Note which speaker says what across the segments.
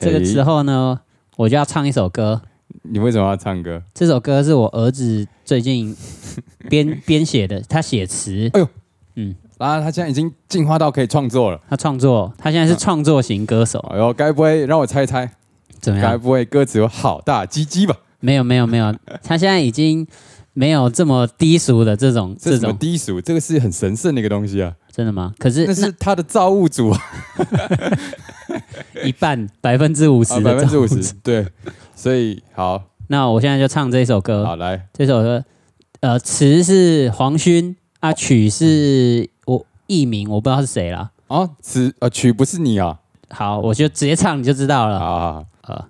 Speaker 1: 这个时
Speaker 2: 候
Speaker 1: 候呢，我就要唱一首歌。
Speaker 2: 你为什么要唱歌？
Speaker 1: 这首歌是我儿子最 近编编写的，他写词，
Speaker 2: 啊，他现在已经进化到可以创作了。
Speaker 1: 他创作，他现在是
Speaker 2: 啊
Speaker 1: 创作型歌手，
Speaker 2: 哎呦，该不会让我猜一猜，
Speaker 1: 怎么
Speaker 2: 该
Speaker 1: 样？
Speaker 2: 不会歌词有好大鸡鸡吧？
Speaker 1: 没有没有没 有，他现在已经没有这么低俗的这种
Speaker 2: 这
Speaker 1: 这
Speaker 2: 是什么
Speaker 1: 种，
Speaker 2: 低俗？这个是很神圣的一个东西啊，
Speaker 1: 真的吗？可是
Speaker 2: 那是他的造物主啊，
Speaker 1: 那一半百分之五十
Speaker 2: 啊百
Speaker 1: 的
Speaker 2: 分之
Speaker 1: 照
Speaker 2: 五
Speaker 1: 顾
Speaker 2: 十。对，所以好
Speaker 1: 那我现在就唱这首歌，
Speaker 2: 好来，
Speaker 1: 这首歌，呃，词是黄勋，啊，曲是我艺名，我不知道是谁啦。
Speaker 2: 哦，词呃曲不是你啊，
Speaker 1: 好，我就直接唱你就知道了。
Speaker 2: 好好好，
Speaker 1: 呃，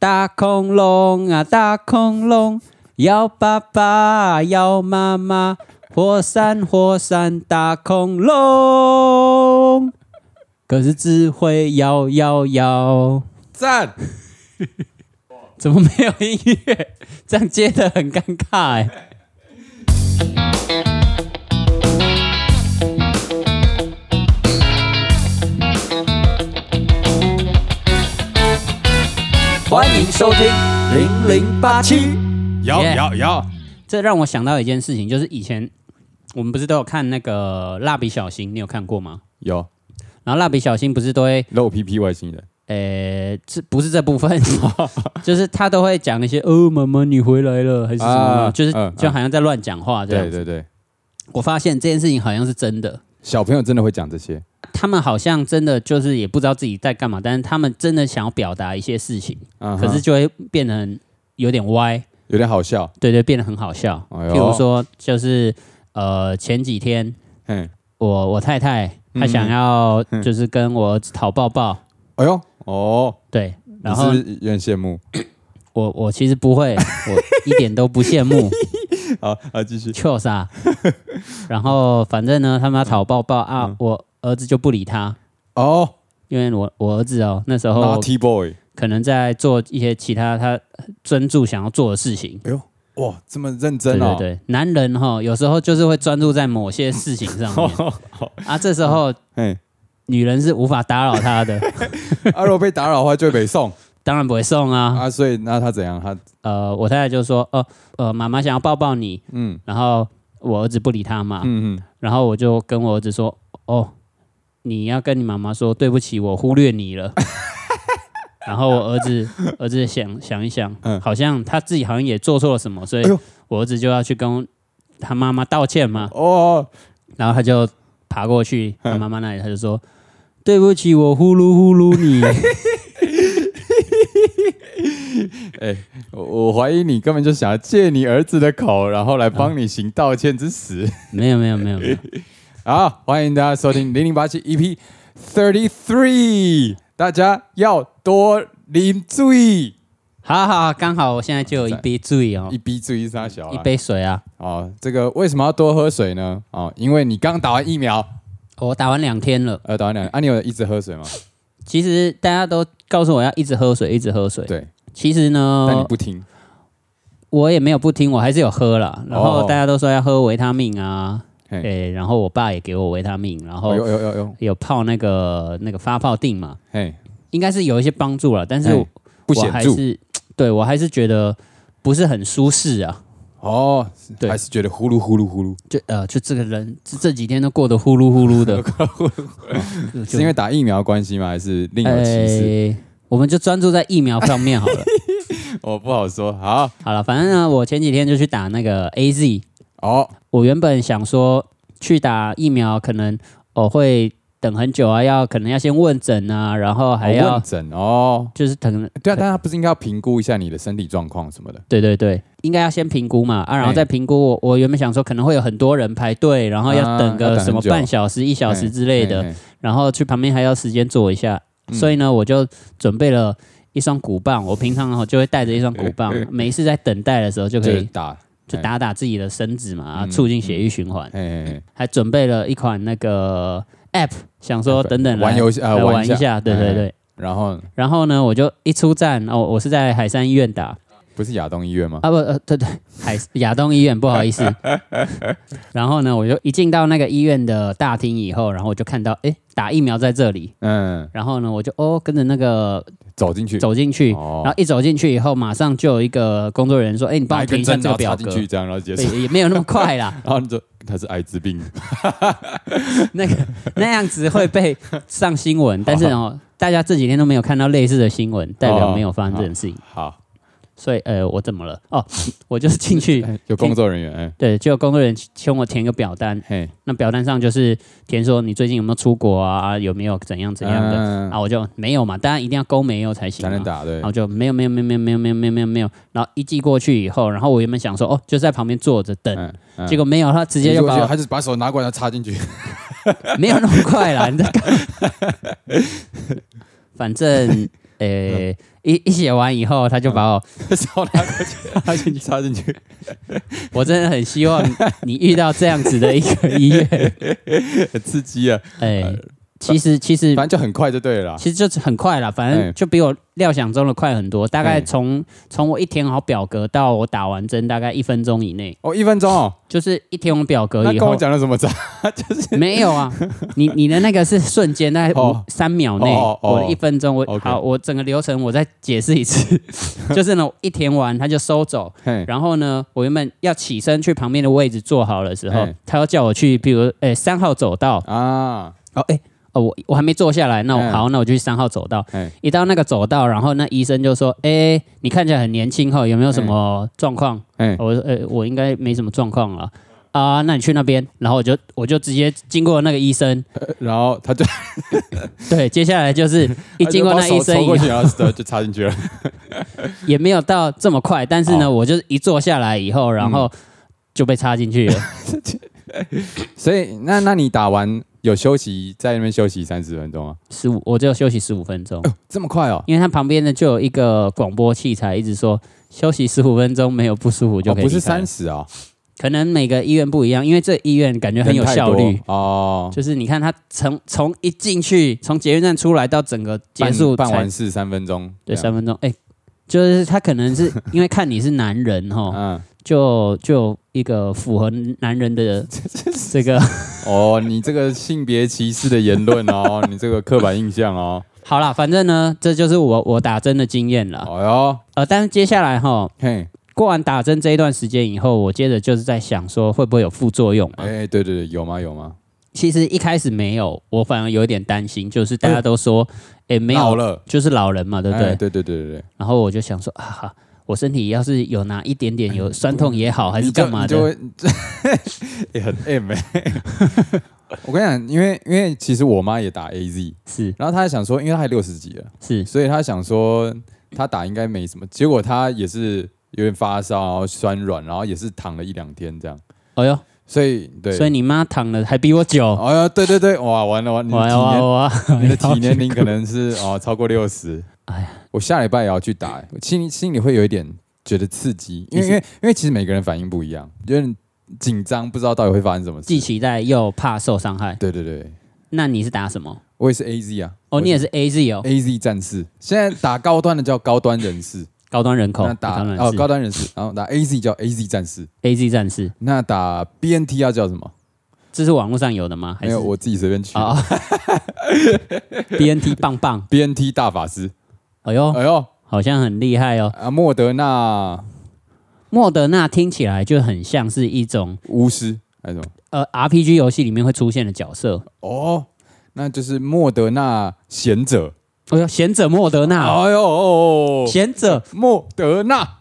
Speaker 1: 大恐龙啊，大恐龙，要爸爸，要妈妈，火山，火山，大恐龙。可是只会摇摇摇，
Speaker 2: 赞，
Speaker 1: 怎么没有音乐？这样接的很尴尬哎、
Speaker 3: 欢迎收听零零八七。
Speaker 2: 摇
Speaker 1: Yeah
Speaker 2: 摇摇，
Speaker 1: 这让我想到一件事情，就是以前我们不是都有看那个《蜡笔小新》，你有看过吗？
Speaker 2: 有
Speaker 1: 然后《蜡笔小新》不是都会，
Speaker 2: 露屁屁外星人，
Speaker 1: 呃，这不是这部分， 就是他都会讲一些“哦，妈妈你回来了”还是什么的，
Speaker 2: 啊
Speaker 1: 就是、
Speaker 2: 嗯
Speaker 1: 就好像在乱讲话这样
Speaker 2: 对
Speaker 1: 子。
Speaker 2: 对对，
Speaker 1: 我发现这件事情好像是真的，
Speaker 2: 小朋友真的会讲这些，
Speaker 1: 他们好像真的就是也不知道自己在干嘛，但是他们真的想要表达一些事情，
Speaker 2: 嗯哼
Speaker 1: 可是就会变得很有点歪。
Speaker 2: 有点好笑，
Speaker 1: 对对，变得很好笑。
Speaker 2: 哎呦
Speaker 1: 譬如说，就是呃，前几天
Speaker 2: 嗯，
Speaker 1: 我我太太她
Speaker 2: 嗯
Speaker 1: 想要就是跟我儿子讨抱抱，
Speaker 2: 哎呦哦，
Speaker 1: 对，
Speaker 2: 你
Speaker 1: 然
Speaker 2: 是
Speaker 1: 后
Speaker 2: 不是有点羡慕？
Speaker 1: 我我其实不会，我一点都不羡慕，
Speaker 2: 好啊，继续，
Speaker 1: 确实啊。 然后反正呢，他们要讨抱抱
Speaker 2: 嗯
Speaker 1: 啊，我儿子就不理他，
Speaker 2: 哦
Speaker 1: 因为我我儿子哦那时候
Speaker 2: ，Naughty Boy，
Speaker 1: 可能在做一些其他他专注想要做的事情。
Speaker 2: 哎呦，哇，这么认
Speaker 1: 对
Speaker 2: 真
Speaker 1: 对
Speaker 2: 哦，
Speaker 1: 对，男人哈、有时候就是会专注在某些事情 上
Speaker 2: 哦
Speaker 1: 面啊，这时候
Speaker 2: 哎，
Speaker 1: 女人是无法打扰他的，
Speaker 2: 啊，如果被打扰的话就会被送
Speaker 1: 当然不会送 啊。
Speaker 2: 啊，所以那他怎样？他
Speaker 1: 呃，我太太就说，呃呃，妈妈想要抱抱你，
Speaker 2: 嗯
Speaker 1: 然后我儿子不理他嘛，
Speaker 2: 嗯嗯，
Speaker 1: 然后我就跟我儿子说，哦，你要跟你妈妈说对不起，我忽略你了。然后我儿子儿子想想一想，
Speaker 2: 嗯
Speaker 1: 好像他自己好像也做错了什么，所以
Speaker 2: 哎呦
Speaker 1: 我儿子就要去跟他妈妈道歉嘛。
Speaker 2: 哦，
Speaker 1: 然后他就爬过去他妈妈那里，他就说：“对不起，我呼噜呼噜你。
Speaker 2: 我我怀疑你根本就想要借你儿子的口，然后来帮你行道歉之 实。”
Speaker 1: 没有没有没有没有，
Speaker 2: 好，欢迎大家收听零零八七 EP Thirty Three，大家要多淋注意，
Speaker 1: 好好，好刚好我现在就有一杯醉哦
Speaker 2: 一，逼注意杀小啊
Speaker 1: 一杯水啊，
Speaker 2: 哦，这个为什么要多喝水呢？哦，因为你刚打完疫苗，
Speaker 1: 我打完两天了。
Speaker 2: 呃，打完两，啊，你有一直喝水吗？
Speaker 1: 其实大家都告诉我要一直喝水，一直喝水。
Speaker 2: 对，
Speaker 1: 其实
Speaker 2: 但你
Speaker 1: 呢，
Speaker 2: 不听，
Speaker 1: 我也没有不听，我还是有喝啦。然后
Speaker 2: 哦哎
Speaker 1: 大家都说要喝维他命啊，
Speaker 2: 嘿哦
Speaker 1: 对，然后我爸也给我维他命，然后
Speaker 2: 有有有有，
Speaker 1: 有泡那个那个发泡定嘛，
Speaker 2: 嘿，
Speaker 1: 应该是有一些帮助了，但是
Speaker 2: 嘿哎不
Speaker 1: 我
Speaker 2: 显
Speaker 1: 还
Speaker 2: 著
Speaker 1: 是对我还是觉得不是很舒适啊。
Speaker 2: 哦，
Speaker 1: 对
Speaker 2: 还是觉得呼噜呼噜呼噜，
Speaker 1: 就呃，就这个人这这几天都过得呼噜呼噜的， 哦
Speaker 2: 是因为打疫苗的关系吗？还是另有其事？
Speaker 1: 哎我们就专注在疫苗上面好了。
Speaker 2: 我不好说。好，
Speaker 1: 好了，反正呢，我前几天就去打那个 A Z，
Speaker 2: 哦，
Speaker 1: 我原本想说去打疫苗，可能我、哦会等很久啊，要可能要先问诊啊，然后还
Speaker 2: 哦
Speaker 1: 要
Speaker 2: 问诊哦。
Speaker 1: 就是等，
Speaker 2: 对啊，但他不是应该要评估一下你的身体状况什么的？
Speaker 1: 对对对，应该要先评估嘛啊，然后
Speaker 2: 哎
Speaker 1: 再评估我。我原本想说可能会有很多人排队，然后要
Speaker 2: 啊
Speaker 1: 等
Speaker 2: 要
Speaker 1: 个
Speaker 2: 等
Speaker 1: 什
Speaker 2: 很
Speaker 1: 么
Speaker 2: 久哎
Speaker 1: 半小时、一小时之类的
Speaker 2: 嘿，，嘿
Speaker 1: 然后去旁边还要时间坐一下，
Speaker 2: 嗯
Speaker 1: 所以呢，我就准备了一双鼓棒。我平常哦就会带着一双鼓
Speaker 2: 哎
Speaker 1: 棒，每一次在等待的时候就可
Speaker 2: 就是
Speaker 1: 以
Speaker 2: 打，
Speaker 1: 就打打自己的身子嘛，啊
Speaker 2: 哎嗯
Speaker 1: 促进血液循环。
Speaker 2: 嘿嘿嘿，
Speaker 1: 还准备了一款那个 app，想说等等来
Speaker 2: 玩游戏呃
Speaker 1: 来
Speaker 2: 玩
Speaker 1: 玩
Speaker 2: 一
Speaker 1: 一
Speaker 2: 下哎
Speaker 1: 下，对对对。
Speaker 2: 然后
Speaker 1: 然后呢，我就一出站哦，我是在海山医院打，
Speaker 2: 不是亚东医院吗？
Speaker 1: 啊不呃对对，海亚东医院，不好 意思。然后呢，我就一进到那个医院的大厅以后，然后我就看到诶，打疫苗在这里。
Speaker 2: 嗯，
Speaker 1: 然后呢，我就哦跟着那个
Speaker 2: 走进去，
Speaker 1: 走进去，
Speaker 2: 哦
Speaker 1: 然后一走进去以后，马上就有一个工作人员说：“哎，你帮
Speaker 2: 拿
Speaker 1: 我
Speaker 2: 一
Speaker 1: 填
Speaker 2: 根针，
Speaker 1: 一下这
Speaker 2: 然
Speaker 1: 个
Speaker 2: 后插
Speaker 1: 表
Speaker 2: 进
Speaker 1: 格。
Speaker 2: 去，”这样然后结束。
Speaker 1: 对，也没有那么快啦。
Speaker 2: 然后你就他是艾滋病，
Speaker 1: 那个那样子会被上新闻，但是哦，大家这几天都没有看到类似的新闻，代表没有发生这种事情。
Speaker 2: 哦好，
Speaker 1: 所以呃，我怎么了？哦， 我就是进去，
Speaker 2: 哎有工作人员，哎，
Speaker 1: 对，就有工作人员请我填一个表单，
Speaker 2: 嘿，
Speaker 1: 那表单上就是填说你最近有没有出国啊，有没有怎样怎样的、
Speaker 2: 嗯
Speaker 1: 啊，我就没有嘛，当然一定要勾没有才行
Speaker 2: 才能
Speaker 1: 嘛。
Speaker 2: 打对
Speaker 1: 然后，就没有没有没有没有没有没有没有没有没有，然后一寄过去以后，然后我原本想说哦，就在旁边坐着等，
Speaker 2: 嗯，嗯
Speaker 1: 结果没有，他直接就
Speaker 2: 一过
Speaker 1: 把
Speaker 2: 去
Speaker 1: 我
Speaker 2: 他就把手拿过来插进去，
Speaker 1: 没有那么快啦，你在干嘛？ 反正，呃、一一写完以后，他就把我，
Speaker 2: 手拿过去，插进去，插进去，
Speaker 1: 我真的很希望你遇到这样子的一个医 院，
Speaker 2: 很刺激啊！
Speaker 1: 哎、其实其实
Speaker 2: 反正就很快就对了啦。
Speaker 1: 其实就是很快啦，反
Speaker 2: 哎
Speaker 1: 正就比我料想中的快很多，大概
Speaker 2: 哎
Speaker 1: 从从我一填好表格到我打完针，大概一分钟以内，
Speaker 2: 哦，一分钟哦，
Speaker 1: 就是一填完表格
Speaker 2: 那
Speaker 1: 以
Speaker 2: 跟我
Speaker 1: 后。
Speaker 2: 讲了什么 渣？
Speaker 1: 没有啊，你你的那个是瞬间，大概五
Speaker 2: 哦
Speaker 1: 三秒内，
Speaker 2: 哦哦
Speaker 1: 我的一分钟，我
Speaker 2: OK
Speaker 1: 好，我整个流程我再解释一次， 就是呢，我一填完他就收走，
Speaker 2: 嘿，
Speaker 1: 然后呢，我原本要起身去旁边的位置坐好的时候
Speaker 2: 嗯，
Speaker 1: 他要叫我去，比如诶三号走道，
Speaker 2: 啊，
Speaker 1: 哦诶哦我我还没坐下来，那我
Speaker 2: 嗯
Speaker 1: 好，那我就去三号走道
Speaker 2: 嗯，
Speaker 1: 一到那个走道，然后那医生就说，诶你看起来很年轻哈，有没有什么状况？
Speaker 2: 哎，
Speaker 1: 我说呃，我应该没什么状况了啊、那你去那边，然后我就我就直接经过那个医生，
Speaker 2: 然后他就
Speaker 1: 对，接下来 就是一经过那医生
Speaker 2: 抽
Speaker 1: 以
Speaker 2: 过
Speaker 1: 后
Speaker 2: 去，然后就 插进去了。
Speaker 1: 也没有到这么快，但是呢，
Speaker 2: 哦嗯
Speaker 1: 我就是一坐下来以后，然后就被插进去了，
Speaker 2: 所以，那那你打完有休息，在那边休息三十分钟啊？
Speaker 1: 十五，我就休息十五分钟，
Speaker 2: 这么快哦？
Speaker 1: 因为他旁边呢就有一个广播器材，一直说休息十五分钟，没有不舒服就
Speaker 2: 哦，
Speaker 1: 可以、
Speaker 2: 不是三，十哦，
Speaker 1: 可能每个医院不一样，因为这医院感觉很有
Speaker 2: 人太
Speaker 1: 效
Speaker 2: 多
Speaker 1: 率。
Speaker 2: 哦。
Speaker 1: 就是你看他从从一进去，从捷运站出来到整个结束
Speaker 2: 办办
Speaker 1: 才
Speaker 2: 完事三分钟，
Speaker 1: 对，
Speaker 2: 这样
Speaker 1: 三分钟。哎、就是他可能是 因为看你是男人哈，
Speaker 2: 嗯，
Speaker 1: 就就一个符合男人 的这个。
Speaker 2: 哦，你这个性别歧视的言论 哦，你这个刻板印象哦，
Speaker 1: 好啦，反正呢，这就是我我打针的经验了。
Speaker 2: 哦哟，
Speaker 1: 呃，但是接下来哈，
Speaker 2: 嘿，
Speaker 1: 过完打针这一段时间以后，我接着就是在想说会不会有副作用嘛？
Speaker 2: 哎，对对对，有吗？有吗？
Speaker 1: 其实一开始没有，我反而有一点担心，就是大家都说，哎、没
Speaker 2: 老
Speaker 1: 有，
Speaker 2: 了，
Speaker 1: 就是老人嘛，对不对？
Speaker 2: 哎对对对对对，
Speaker 1: 然后我就想说啊哈。我身体要是有哪一点点有酸痛也好，还是干嘛
Speaker 2: 哎你就
Speaker 1: 的，
Speaker 2: 会 也很 M 哎、 我跟你讲，因为因为其实我妈也打 AZ，
Speaker 1: 是
Speaker 2: 然后她想说，因为她还六十几了，
Speaker 1: 是
Speaker 2: 所以她想说她打应该没什么，结果她也是有点发烧，然后酸软，然后也是躺了一两天这样，
Speaker 1: 哎呦，
Speaker 2: 所以对，
Speaker 1: 所以你妈躺了还比我久。
Speaker 2: 哦，对对对，哇，完了哦完了，你的体
Speaker 1: 哇
Speaker 2: 年
Speaker 1: 哇！
Speaker 2: 你 的体年龄可能是哦超过六十。
Speaker 1: 哎
Speaker 2: 哎呀，我下礼拜也要去打、欸，我心里心里会有一点觉得刺激，因为
Speaker 1: 你是
Speaker 2: 因为因为其实每个人反应不一样，有点紧张，不知道到底会发生什么
Speaker 1: 既
Speaker 2: 事。
Speaker 1: 期待又怕受伤害。
Speaker 2: 对对对，
Speaker 1: 那你是打什么？
Speaker 2: 我也是 A Z 啊，
Speaker 1: 哦，你也是 A Z 哦，
Speaker 2: A Z 战士，现在打高端的叫高端人 士，
Speaker 1: 高端人口，
Speaker 2: 那打
Speaker 1: 高端
Speaker 2: 哦高
Speaker 1: 人士
Speaker 2: 端人士，然后打 A Z 叫 A Z 战士，
Speaker 1: A Z 战士，
Speaker 2: 那打 B N T 要叫什么？
Speaker 1: 这是网络上有的吗？还
Speaker 2: 没
Speaker 1: 是
Speaker 2: 有，我自己随便取。
Speaker 1: 啊 B N T 棒棒，
Speaker 2: B N T 大法师，
Speaker 1: 哎呦，
Speaker 2: 哎呦
Speaker 1: 好像很厉害哦。
Speaker 2: 啊，莫德纳
Speaker 1: 莫德纳听起来就很像是一种
Speaker 2: 巫师还是什么？
Speaker 1: 呃 R P G 游戏里面会出现的角色。
Speaker 2: 哦，那就是莫德纳贤者。
Speaker 1: 哎呦，贤者莫德纳，
Speaker 2: 哎呦，哦
Speaker 1: 啊贤者
Speaker 2: 莫德纳。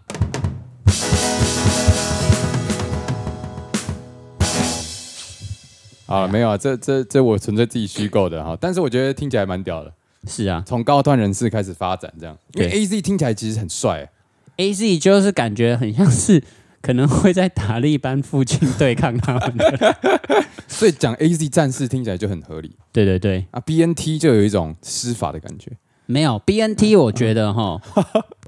Speaker 2: 好了，没有啊，这这这我纯粹自己虚构的哈，但是我觉得听起来蛮屌的，
Speaker 1: 是啊
Speaker 2: 从高端人士开始发展这样，因为
Speaker 1: 对
Speaker 2: A Z 听起来其实很帅、欸，
Speaker 1: ，A Z 就是感觉很像是可能会在塔利班附近对抗他们 的。
Speaker 2: 所以讲 A Z 战士听起来就很合理
Speaker 1: 对对对，
Speaker 2: 啊，B N T 就有一种施法的感觉，
Speaker 1: 没有 BNT，我觉得 哈，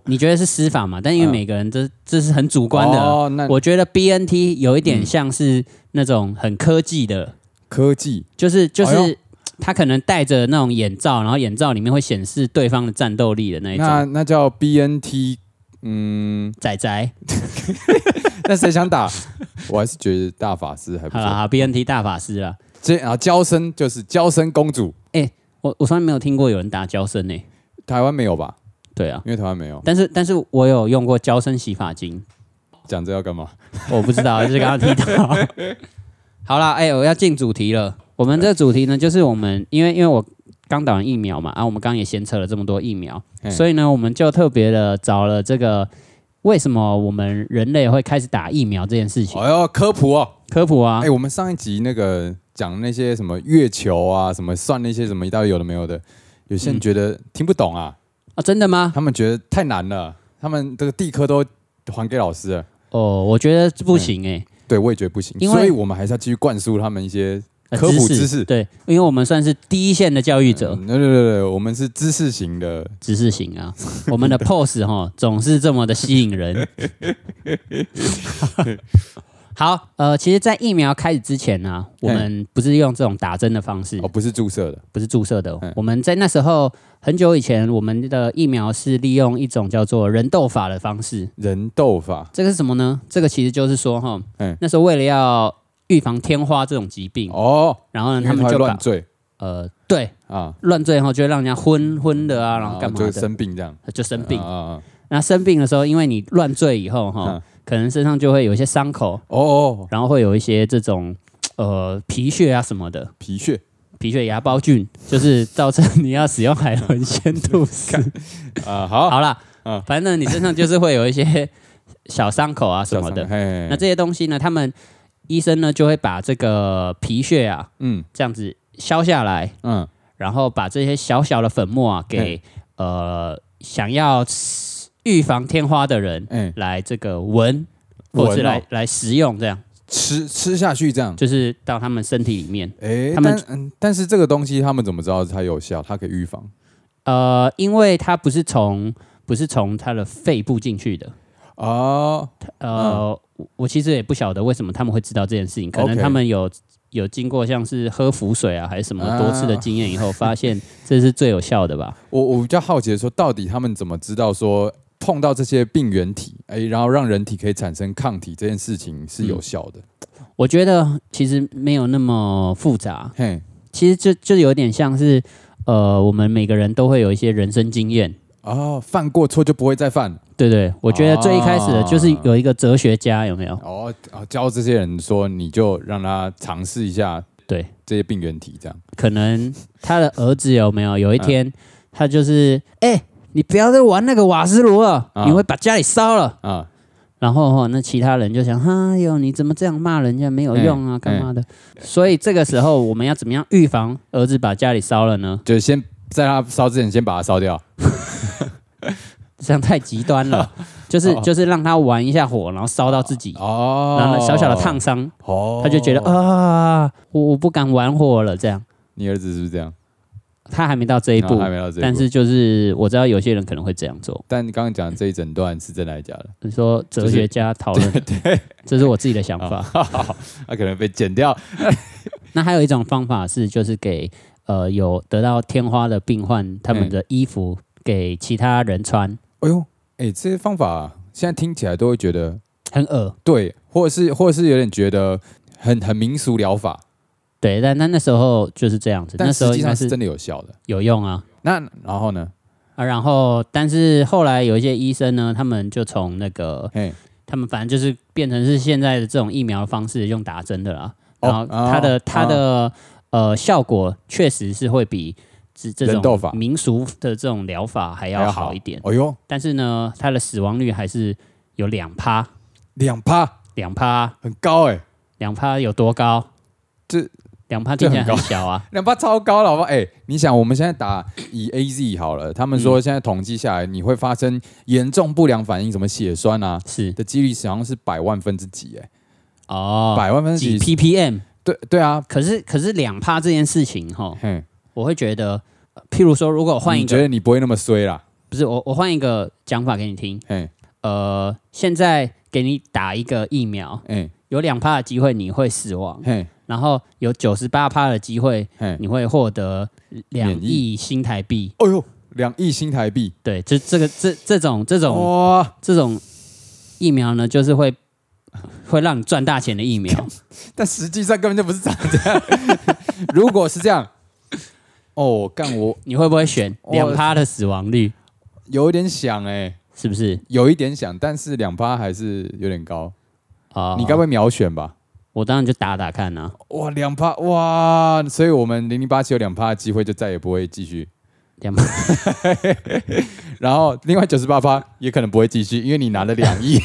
Speaker 1: 你觉得是司法嘛？但因为
Speaker 2: 嗯
Speaker 1: 每个人这这是很主观的。啊
Speaker 2: 哦，嗯那
Speaker 1: 我觉得 BNT 有一点像是那种很科技的，
Speaker 2: 科技
Speaker 1: 就是就
Speaker 2: 哎
Speaker 1: 是他可能戴着那种眼罩，然后眼罩里面会显示对方的战斗力的那一
Speaker 2: 那
Speaker 1: 种。
Speaker 2: 那叫 B N T 嗯，
Speaker 1: 仔仔，
Speaker 2: 那谁想打？ 我还是觉得大法师还不
Speaker 1: 好了
Speaker 2: 错。
Speaker 1: 好，BNT 大法师了。
Speaker 2: 这啊，娇生就是娇生公主，
Speaker 1: 哎，我我从来没有听过有人打胶身呢、
Speaker 2: 台湾没有吧？
Speaker 1: 对啊，
Speaker 2: 因为台湾没有。
Speaker 1: 但是但是我有用过胶身洗发精，
Speaker 2: 讲这要干嘛？
Speaker 1: 我不知道，就是刚刚提到。 好啦，哎、我要进主题了。我们这主题呢，就是我们因为因为我刚打完疫苗嘛，啊，我们刚刚也先测了这么多疫苗，
Speaker 2: 嘿
Speaker 1: 所以呢，我们就特别的找了这个为什么我们人类会开始打疫苗这件事情、
Speaker 2: 哎呦，科普哦！
Speaker 1: 科普啊。
Speaker 2: 哎，我们上一集那个讲那些什么月球啊，什么算那些什么一大堆有的没有的，有些人觉得听不懂啊，
Speaker 1: 啊，真的吗？
Speaker 2: 他们觉得太难了，他们这个地科都还给老师了。
Speaker 1: 哦，我觉得不行哎、
Speaker 2: 对，我也觉得不行，
Speaker 1: 因为
Speaker 2: 所以我们还是要继续灌输他们一些
Speaker 1: 呃
Speaker 2: 科普知识。
Speaker 1: 对，因为我们算是第一线的教育者，
Speaker 2: 嗯对对对对，我们是知识型的，
Speaker 1: 知识型 啊，我们的 pose 哈总是这么的吸引人。 好，呃，其实，在疫苗开始之前呢、我们不是用这种打针的方式
Speaker 2: 哦，，不是注射的。
Speaker 1: 不是注射的哦
Speaker 2: 嗯。
Speaker 1: 我们在那时候很久以前，我们的疫苗是利用一种叫做人痘法的方式。
Speaker 2: 人痘法，
Speaker 1: 这个是什么呢？这个其实就是说哈
Speaker 2: 嗯，
Speaker 1: 那时候为了要预防天花这种疾病，
Speaker 2: 哦，
Speaker 1: 然后
Speaker 2: 因
Speaker 1: 呢，
Speaker 2: 为
Speaker 1: 嗯他们
Speaker 2: 会
Speaker 1: 就
Speaker 2: 乱
Speaker 1: 把
Speaker 2: 坠
Speaker 1: 呃对
Speaker 2: 啊，
Speaker 1: 乱醉后就会让人家昏昏的啊，然后干嘛
Speaker 2: 哦就
Speaker 1: 的
Speaker 2: 生病这样，
Speaker 1: 就生病
Speaker 2: 啊。啊啊！
Speaker 1: 那生病的时候，因为你乱醉以后哈，
Speaker 2: 嗯
Speaker 1: 可能身上就会有一些伤口，
Speaker 2: 哦哦，
Speaker 1: 然后会有一些这种呃皮屑啊什么的，
Speaker 2: 皮屑
Speaker 1: 皮屑芽孢菌，就是造成你要使用海伦先 吐司。
Speaker 2: 啊，好，
Speaker 1: 好啦，
Speaker 2: 嗯
Speaker 1: 反正你身上就是会有一些小伤口啊什么
Speaker 2: 小
Speaker 1: 的
Speaker 2: 伤。嘿，
Speaker 1: 那这些东西呢，他们医生呢就会把这个皮屑啊
Speaker 2: 嗯
Speaker 1: 这样子削下来，
Speaker 2: 嗯，
Speaker 1: 然后把这些小小的粉末啊给呃想要预防天花的人。
Speaker 2: 哎，
Speaker 1: 来这个闻，
Speaker 2: 闻
Speaker 1: 或者是
Speaker 2: 哦
Speaker 1: 来、来食用，这样
Speaker 2: 吃吃下去这样，
Speaker 1: 就是到他们身体里面。
Speaker 2: 哎，但
Speaker 1: 他们
Speaker 2: 嗯，但是这个东西他们怎么知道它有效？它可以预防
Speaker 1: 呃，因为它不是从不是从它的肺部进去的。
Speaker 2: 哦，
Speaker 1: 呃，我我其实也不晓得为什么他们会知道这件事情，可能
Speaker 2: OK
Speaker 1: 他们有。有经过像是喝符水啊，还是什么
Speaker 2: 啊
Speaker 1: 多次的经验以后，发现 这是最有效的吧？
Speaker 2: 我我比较好奇的说，到底他们怎么知道说碰到这些病原体，哎、然后让人体可以产生抗体这件事情是
Speaker 1: 嗯
Speaker 2: 有效的？
Speaker 1: 我觉得其实没有那么复杂，
Speaker 2: 嘿，
Speaker 1: 其实就就有点像是，呃，我们每个人都会有一些人生经验，
Speaker 2: 哦，犯过错就不会再犯
Speaker 1: 对对，我觉得最一开始的就是有一个哲学家，有没有？
Speaker 2: 哦啊，教这些人说，你就让他尝试一下
Speaker 1: 对，
Speaker 2: 这些病原体，这样
Speaker 1: 可能他的儿子有没有？有一天他就是，哎、你不要再玩那个瓦斯炉了，
Speaker 2: 啊
Speaker 1: 你会把家里烧了。
Speaker 2: 啊，
Speaker 1: 然后哈，那其他人就想，哎呦，你怎么这样骂人家没有用啊，
Speaker 2: 嗯
Speaker 1: 干嘛的？所以这个时候我们要怎么样预防儿子把家里烧了呢？
Speaker 2: 就是先在他烧之前先把它烧掉，
Speaker 1: 这样太极端 了，就是
Speaker 2: 哦
Speaker 1: 就是让他玩一下火，然后烧到自己，
Speaker 2: 哦，
Speaker 1: 然后小小的烫，伤，
Speaker 2: 哦，
Speaker 1: 他就觉得，啊，我我不敢玩火了，这样。
Speaker 2: 你儿子是不是这样？
Speaker 1: 他还没到这一步，
Speaker 2: 啊还没到这一步
Speaker 1: 但是就是我知道有些人可能会这样做。
Speaker 2: 但你刚刚讲的这一整段是真的还是假的？
Speaker 1: 你说哲学家讨 论，对， 这是我自己的想
Speaker 2: 啊
Speaker 1: 法。
Speaker 2: 他、可能被剪掉，
Speaker 1: 那还有一种方法是，就是给呃有得到天花的病患他们的衣服给其他人穿，
Speaker 2: 哎呦，哎、这些方法、现在听起来都会觉得
Speaker 1: 很恶。
Speaker 2: 对，或者是或者是有点觉得很很民俗疗法，
Speaker 1: 对，但但那时候就是这样子，那
Speaker 2: 但
Speaker 1: 时
Speaker 2: 实
Speaker 1: 候
Speaker 2: 际
Speaker 1: 应
Speaker 2: 上
Speaker 1: 该
Speaker 2: 是
Speaker 1: 是
Speaker 2: 真的有效的。
Speaker 1: 有用啊。
Speaker 2: 那然后呢？
Speaker 1: 啊，然后但是后来有一些医生呢，他们就从那个
Speaker 2: 嘿，
Speaker 1: 他们反正就是变成是现在的这种疫苗的方式用打针的啦。
Speaker 2: 哦
Speaker 1: 然后它的、
Speaker 2: 哦
Speaker 1: 它的、呃效果确实是会比这这
Speaker 2: 人痘
Speaker 1: 种
Speaker 2: 法
Speaker 1: 民俗的这种疗法还
Speaker 2: 还
Speaker 1: 要好一点，
Speaker 2: 哎呦，
Speaker 1: 但是呢，它的死亡率还是有两趴，
Speaker 2: 两趴
Speaker 1: 两趴，
Speaker 2: 很高哎、
Speaker 1: 两趴有多高？
Speaker 2: 这
Speaker 1: 两趴听起来
Speaker 2: 这很
Speaker 1: 很
Speaker 2: 高，
Speaker 1: 小啊
Speaker 2: 两趴超高了，好不好？哎、你想我们现在打以 A Z 好了，他们
Speaker 1: 嗯
Speaker 2: 说现在统计下来，你会发生严重不良反应，什么血栓啊
Speaker 1: 是
Speaker 2: 的几率，好像是百万分之几哎、
Speaker 1: 哦，
Speaker 2: 百万分之
Speaker 1: 几
Speaker 2: 几？
Speaker 1: ppm？
Speaker 2: 对对啊，
Speaker 1: 可是可是两趴这件事情哈，
Speaker 2: 嘿，
Speaker 1: 我会觉得，呃譬如说，如果我换一
Speaker 2: 你觉
Speaker 1: 个，
Speaker 2: 得你不会那么衰啦？
Speaker 1: 不是我我换一个讲法给你听，
Speaker 2: 嘿，
Speaker 1: 呃，现在给你打一个疫苗，
Speaker 2: 哎，
Speaker 1: 有两趴的机会你会死亡，
Speaker 2: 嘿，
Speaker 1: 然后有九十八趴的机会
Speaker 2: 嘿，
Speaker 1: 你会获得两
Speaker 2: 免疫
Speaker 1: 亿新台币。
Speaker 2: 哎呦，两亿新台币。
Speaker 1: 对，就这个这这种这
Speaker 2: 哦
Speaker 1: 种、
Speaker 2: 哇！
Speaker 1: 这种疫苗呢，就是会会让你赚大钱的 疫苗。
Speaker 2: 但实际上根本就不是长这 样。如果是这样，哦，干我
Speaker 1: 你会不会选
Speaker 2: 我
Speaker 1: 两趴的死亡率？
Speaker 2: 有一点想哎、
Speaker 1: 是不是？
Speaker 2: 有一点想，但是两趴还是有点高。
Speaker 1: 啊、
Speaker 2: 你该不会秒选吧？
Speaker 1: 我当然就打打看啊，
Speaker 2: 哇，两趴哇！所以我们零零八七有两趴的机会，就再也不会继续。
Speaker 1: 两趴。
Speaker 2: 然后另外九十八趴也可能不会继续，因为你拿了两 亿，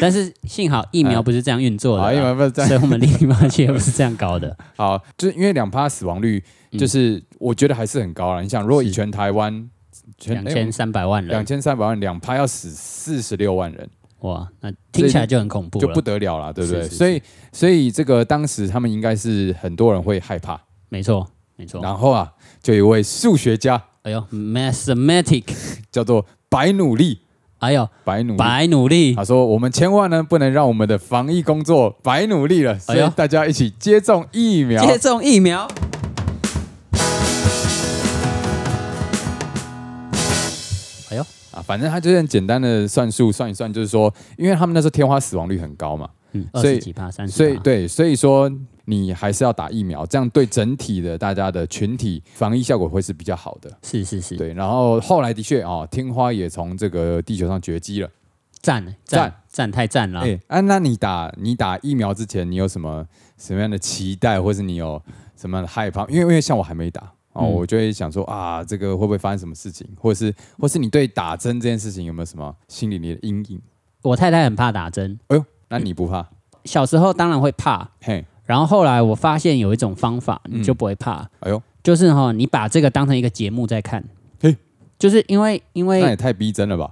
Speaker 1: 但是幸好疫
Speaker 2: 哎
Speaker 1: 苗不是这样运作的
Speaker 2: 好，因为
Speaker 1: 啦，
Speaker 2: 啊不是这
Speaker 1: 所以
Speaker 2: 样。
Speaker 1: 我们零零八七也不是这样搞的。
Speaker 2: 好，就是因为两趴死亡率，就是、我觉得还是很高了。你想，如果以全台湾全哎
Speaker 1: 两千三百万
Speaker 2: 两
Speaker 1: 人，
Speaker 2: 千三百万两趴要死四十六万人，
Speaker 1: 哇，那听起来就很恐怖
Speaker 2: 就
Speaker 1: 了
Speaker 2: 不。得了了，对不对？
Speaker 1: 是是
Speaker 2: 所以所以这个当时他们应该是很多人会害怕。
Speaker 1: 没错，没错。
Speaker 2: 然后啊，就有一位数学家
Speaker 1: 哎呦，mathematic，
Speaker 2: 叫做白努力，
Speaker 1: 哎呦，
Speaker 2: 白努力。
Speaker 1: 白努力，
Speaker 2: 他说：“我们千万呢不能让我们的防疫工作白努力了，所
Speaker 1: 哎
Speaker 2: 以
Speaker 1: 呦
Speaker 2: 大家一起接种疫苗。
Speaker 1: 接种疫苗。哎呦，
Speaker 2: 啊，反正他就是很简单的算术算一算，就是说，因为他们那时候天花死亡率很高嘛，
Speaker 1: 嗯，二
Speaker 2: 所以
Speaker 1: 十几趴，三十，
Speaker 2: 所以，对，所以说你还是要打疫苗，这样对整体的大家的群体防疫效果会是比较好的。
Speaker 1: 是是是，
Speaker 2: 对，然后后来的确啊、哦，天花也从这个地球上绝迹了。
Speaker 1: 赞
Speaker 2: 赞
Speaker 1: 赞赞，太赞了
Speaker 2: 哎、。啊，那你打你打疫苗之前，你有什么什么样的期待，或是你有什么样的害怕？因为因为像我还没打哦，
Speaker 1: 嗯
Speaker 2: 我就会想说啊，这个会不会发生什么事情，或是或是你对打针这件事情有没有什么心理里的阴影？
Speaker 1: 我太太很怕打针，
Speaker 2: 哎呦，那你不怕？
Speaker 1: 小时候当然会怕，
Speaker 2: 嘿，
Speaker 1: 然后后来我发现有一种方法，
Speaker 2: 嗯
Speaker 1: 你就不会怕，
Speaker 2: 哎呦，
Speaker 1: 就是哈、你把这个当成一个节目在看。
Speaker 2: 嘿
Speaker 1: 就是因为因
Speaker 2: 那
Speaker 1: 为
Speaker 2: 也太逼真了吧？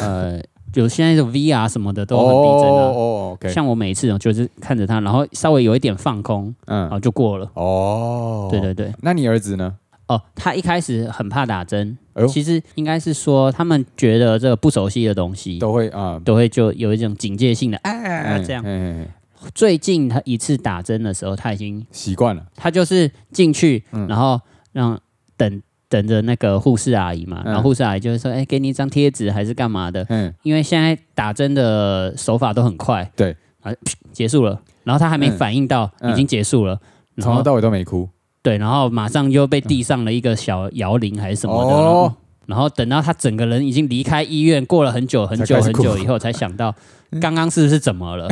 Speaker 1: 呃，有现在的 VR 什么的都很逼真啊。
Speaker 2: 哦哦，OK，
Speaker 1: 像我每一次就是看着他，然后稍微有一点放空，然
Speaker 2: 嗯，
Speaker 1: 后就过了。
Speaker 2: 哦，
Speaker 1: 对。对对，
Speaker 2: 那你儿子呢？
Speaker 1: 哦，他一开始很怕打针，
Speaker 2: 哎呦
Speaker 1: 其实应该是说他们觉得这个不熟悉的东西
Speaker 2: 都会啊，
Speaker 1: 都会就有一种警戒性的啊
Speaker 2: 嗯
Speaker 1: 这样。
Speaker 2: 嘿嘿嘿
Speaker 1: 最近他一次打针的时候，他已经
Speaker 2: 习惯了，
Speaker 1: 他就是进去，然后让等等着那个护士阿姨嘛，
Speaker 2: 嗯
Speaker 1: 然后护士阿姨就会说：“哎、给你一张贴纸还是干嘛的
Speaker 2: 嗯，？”
Speaker 1: 因为现在打针的手法都很快，
Speaker 2: 对，
Speaker 1: 啊，噗结束了，然后他还没
Speaker 2: 嗯
Speaker 1: 反应到，
Speaker 2: 嗯
Speaker 1: 已经结束了，然
Speaker 2: 从头
Speaker 1: 后
Speaker 2: 到尾都没哭，
Speaker 1: 对，然后马上又被递上了一个小摇铃还是什么的。
Speaker 2: 哦
Speaker 1: 然后等到他整个人已经离开医院，过了很久很
Speaker 2: 才
Speaker 1: 久
Speaker 2: 开始
Speaker 1: 很
Speaker 2: 哭
Speaker 1: 久以后，才想到
Speaker 2: 嗯
Speaker 1: 刚刚是不是怎么 了？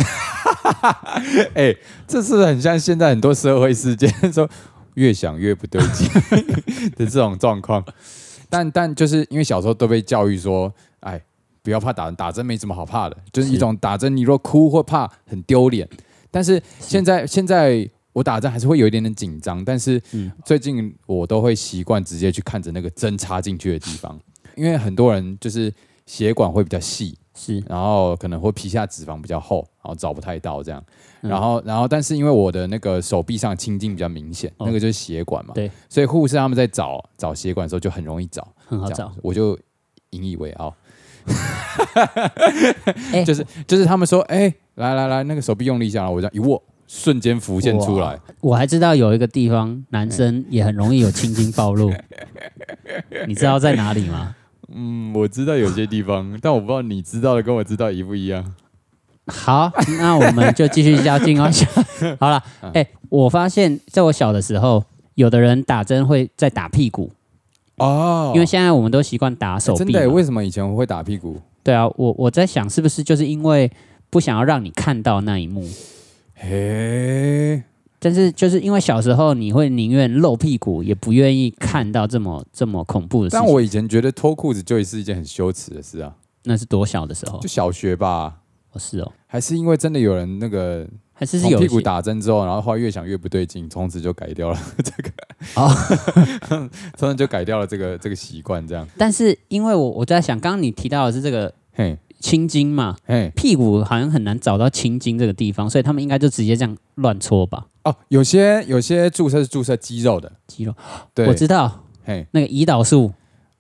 Speaker 2: 哎、这是不是很像现在很多社会事件，说越想越不对劲的这种状况。但但就是因为小时候都被教育说，哎，不要怕打打针，没什么好怕的，就是一
Speaker 1: 是
Speaker 2: 种打针，你若哭或怕很丢脸。但是现在现在我打针还是会有一点点紧张，但是
Speaker 1: 嗯
Speaker 2: 最近我都会习惯直接去看着那个针插进去的地方，因为很多人就是血管会比较细，
Speaker 1: 是
Speaker 2: 然后可能会皮下脂肪比较厚，然后找不太到这样。
Speaker 1: 嗯
Speaker 2: 然后，然后，但是因为我的那个手臂上青筋比较明显，
Speaker 1: 哦
Speaker 2: 那个就是血管嘛，
Speaker 1: 对，
Speaker 2: 所以护士他们在找找血管的时候就很容易找，
Speaker 1: 很好
Speaker 2: 这
Speaker 1: 找
Speaker 2: 样。我就引以为傲，
Speaker 1: 哎
Speaker 2: 就是就是他们说，哎、来来来，那个手臂用力一下，然后我这样一握，瞬间浮现出来，
Speaker 1: 我还知道有一个地方，男
Speaker 2: 嗯
Speaker 1: 生也很容易有青筋暴露，你知道在哪里吗？
Speaker 2: 嗯，我知道有些地方， 但我不知道你知道的跟我知道一不一样，
Speaker 1: 好，那我们就继续较 劲哦。好了，
Speaker 2: 嗯
Speaker 1: 哎、我发现在我小的时候，有的人打针会在打屁股，
Speaker 2: 哦哎
Speaker 1: 因为现在我们都习惯打手
Speaker 2: 真
Speaker 1: 臂
Speaker 2: 的耶，
Speaker 1: 嘛。
Speaker 2: 为什么以前我会打屁股？
Speaker 1: 对啊，我我在想，是不是就是因为不想要让你看到那一幕？
Speaker 2: 嘿，
Speaker 1: 但是就是因为小时候你会宁愿露屁股，也不愿意看到这么这么恐怖的事
Speaker 2: 但
Speaker 1: 情。
Speaker 2: 我以前觉得脱裤子就是一件很羞耻的事啊，
Speaker 1: 那是多小的时候
Speaker 2: 就？小学吧，
Speaker 1: 哦是哦，
Speaker 2: 还是因为真的有人那个
Speaker 1: 还是是
Speaker 2: 从
Speaker 1: 有
Speaker 2: 屁股
Speaker 1: 些
Speaker 2: 打针之后，然后后来越想越不对劲，从此就改掉了 这个
Speaker 1: 哦，
Speaker 2: 从此就改掉了这个这个习惯，这样，
Speaker 1: 但是因为我我在想，刚刚你提到的是这个
Speaker 2: 嘿，
Speaker 1: 青筋嘛，
Speaker 2: 嘿，
Speaker 1: 屁股好像很难找到青筋这个地方，所以他们应该就直接这样乱搓吧。
Speaker 2: 哦，有些有些注射是注射肌肉的，
Speaker 1: 肌肉，
Speaker 2: 对，
Speaker 1: 我知道
Speaker 2: 嘿，
Speaker 1: 那个胰岛素，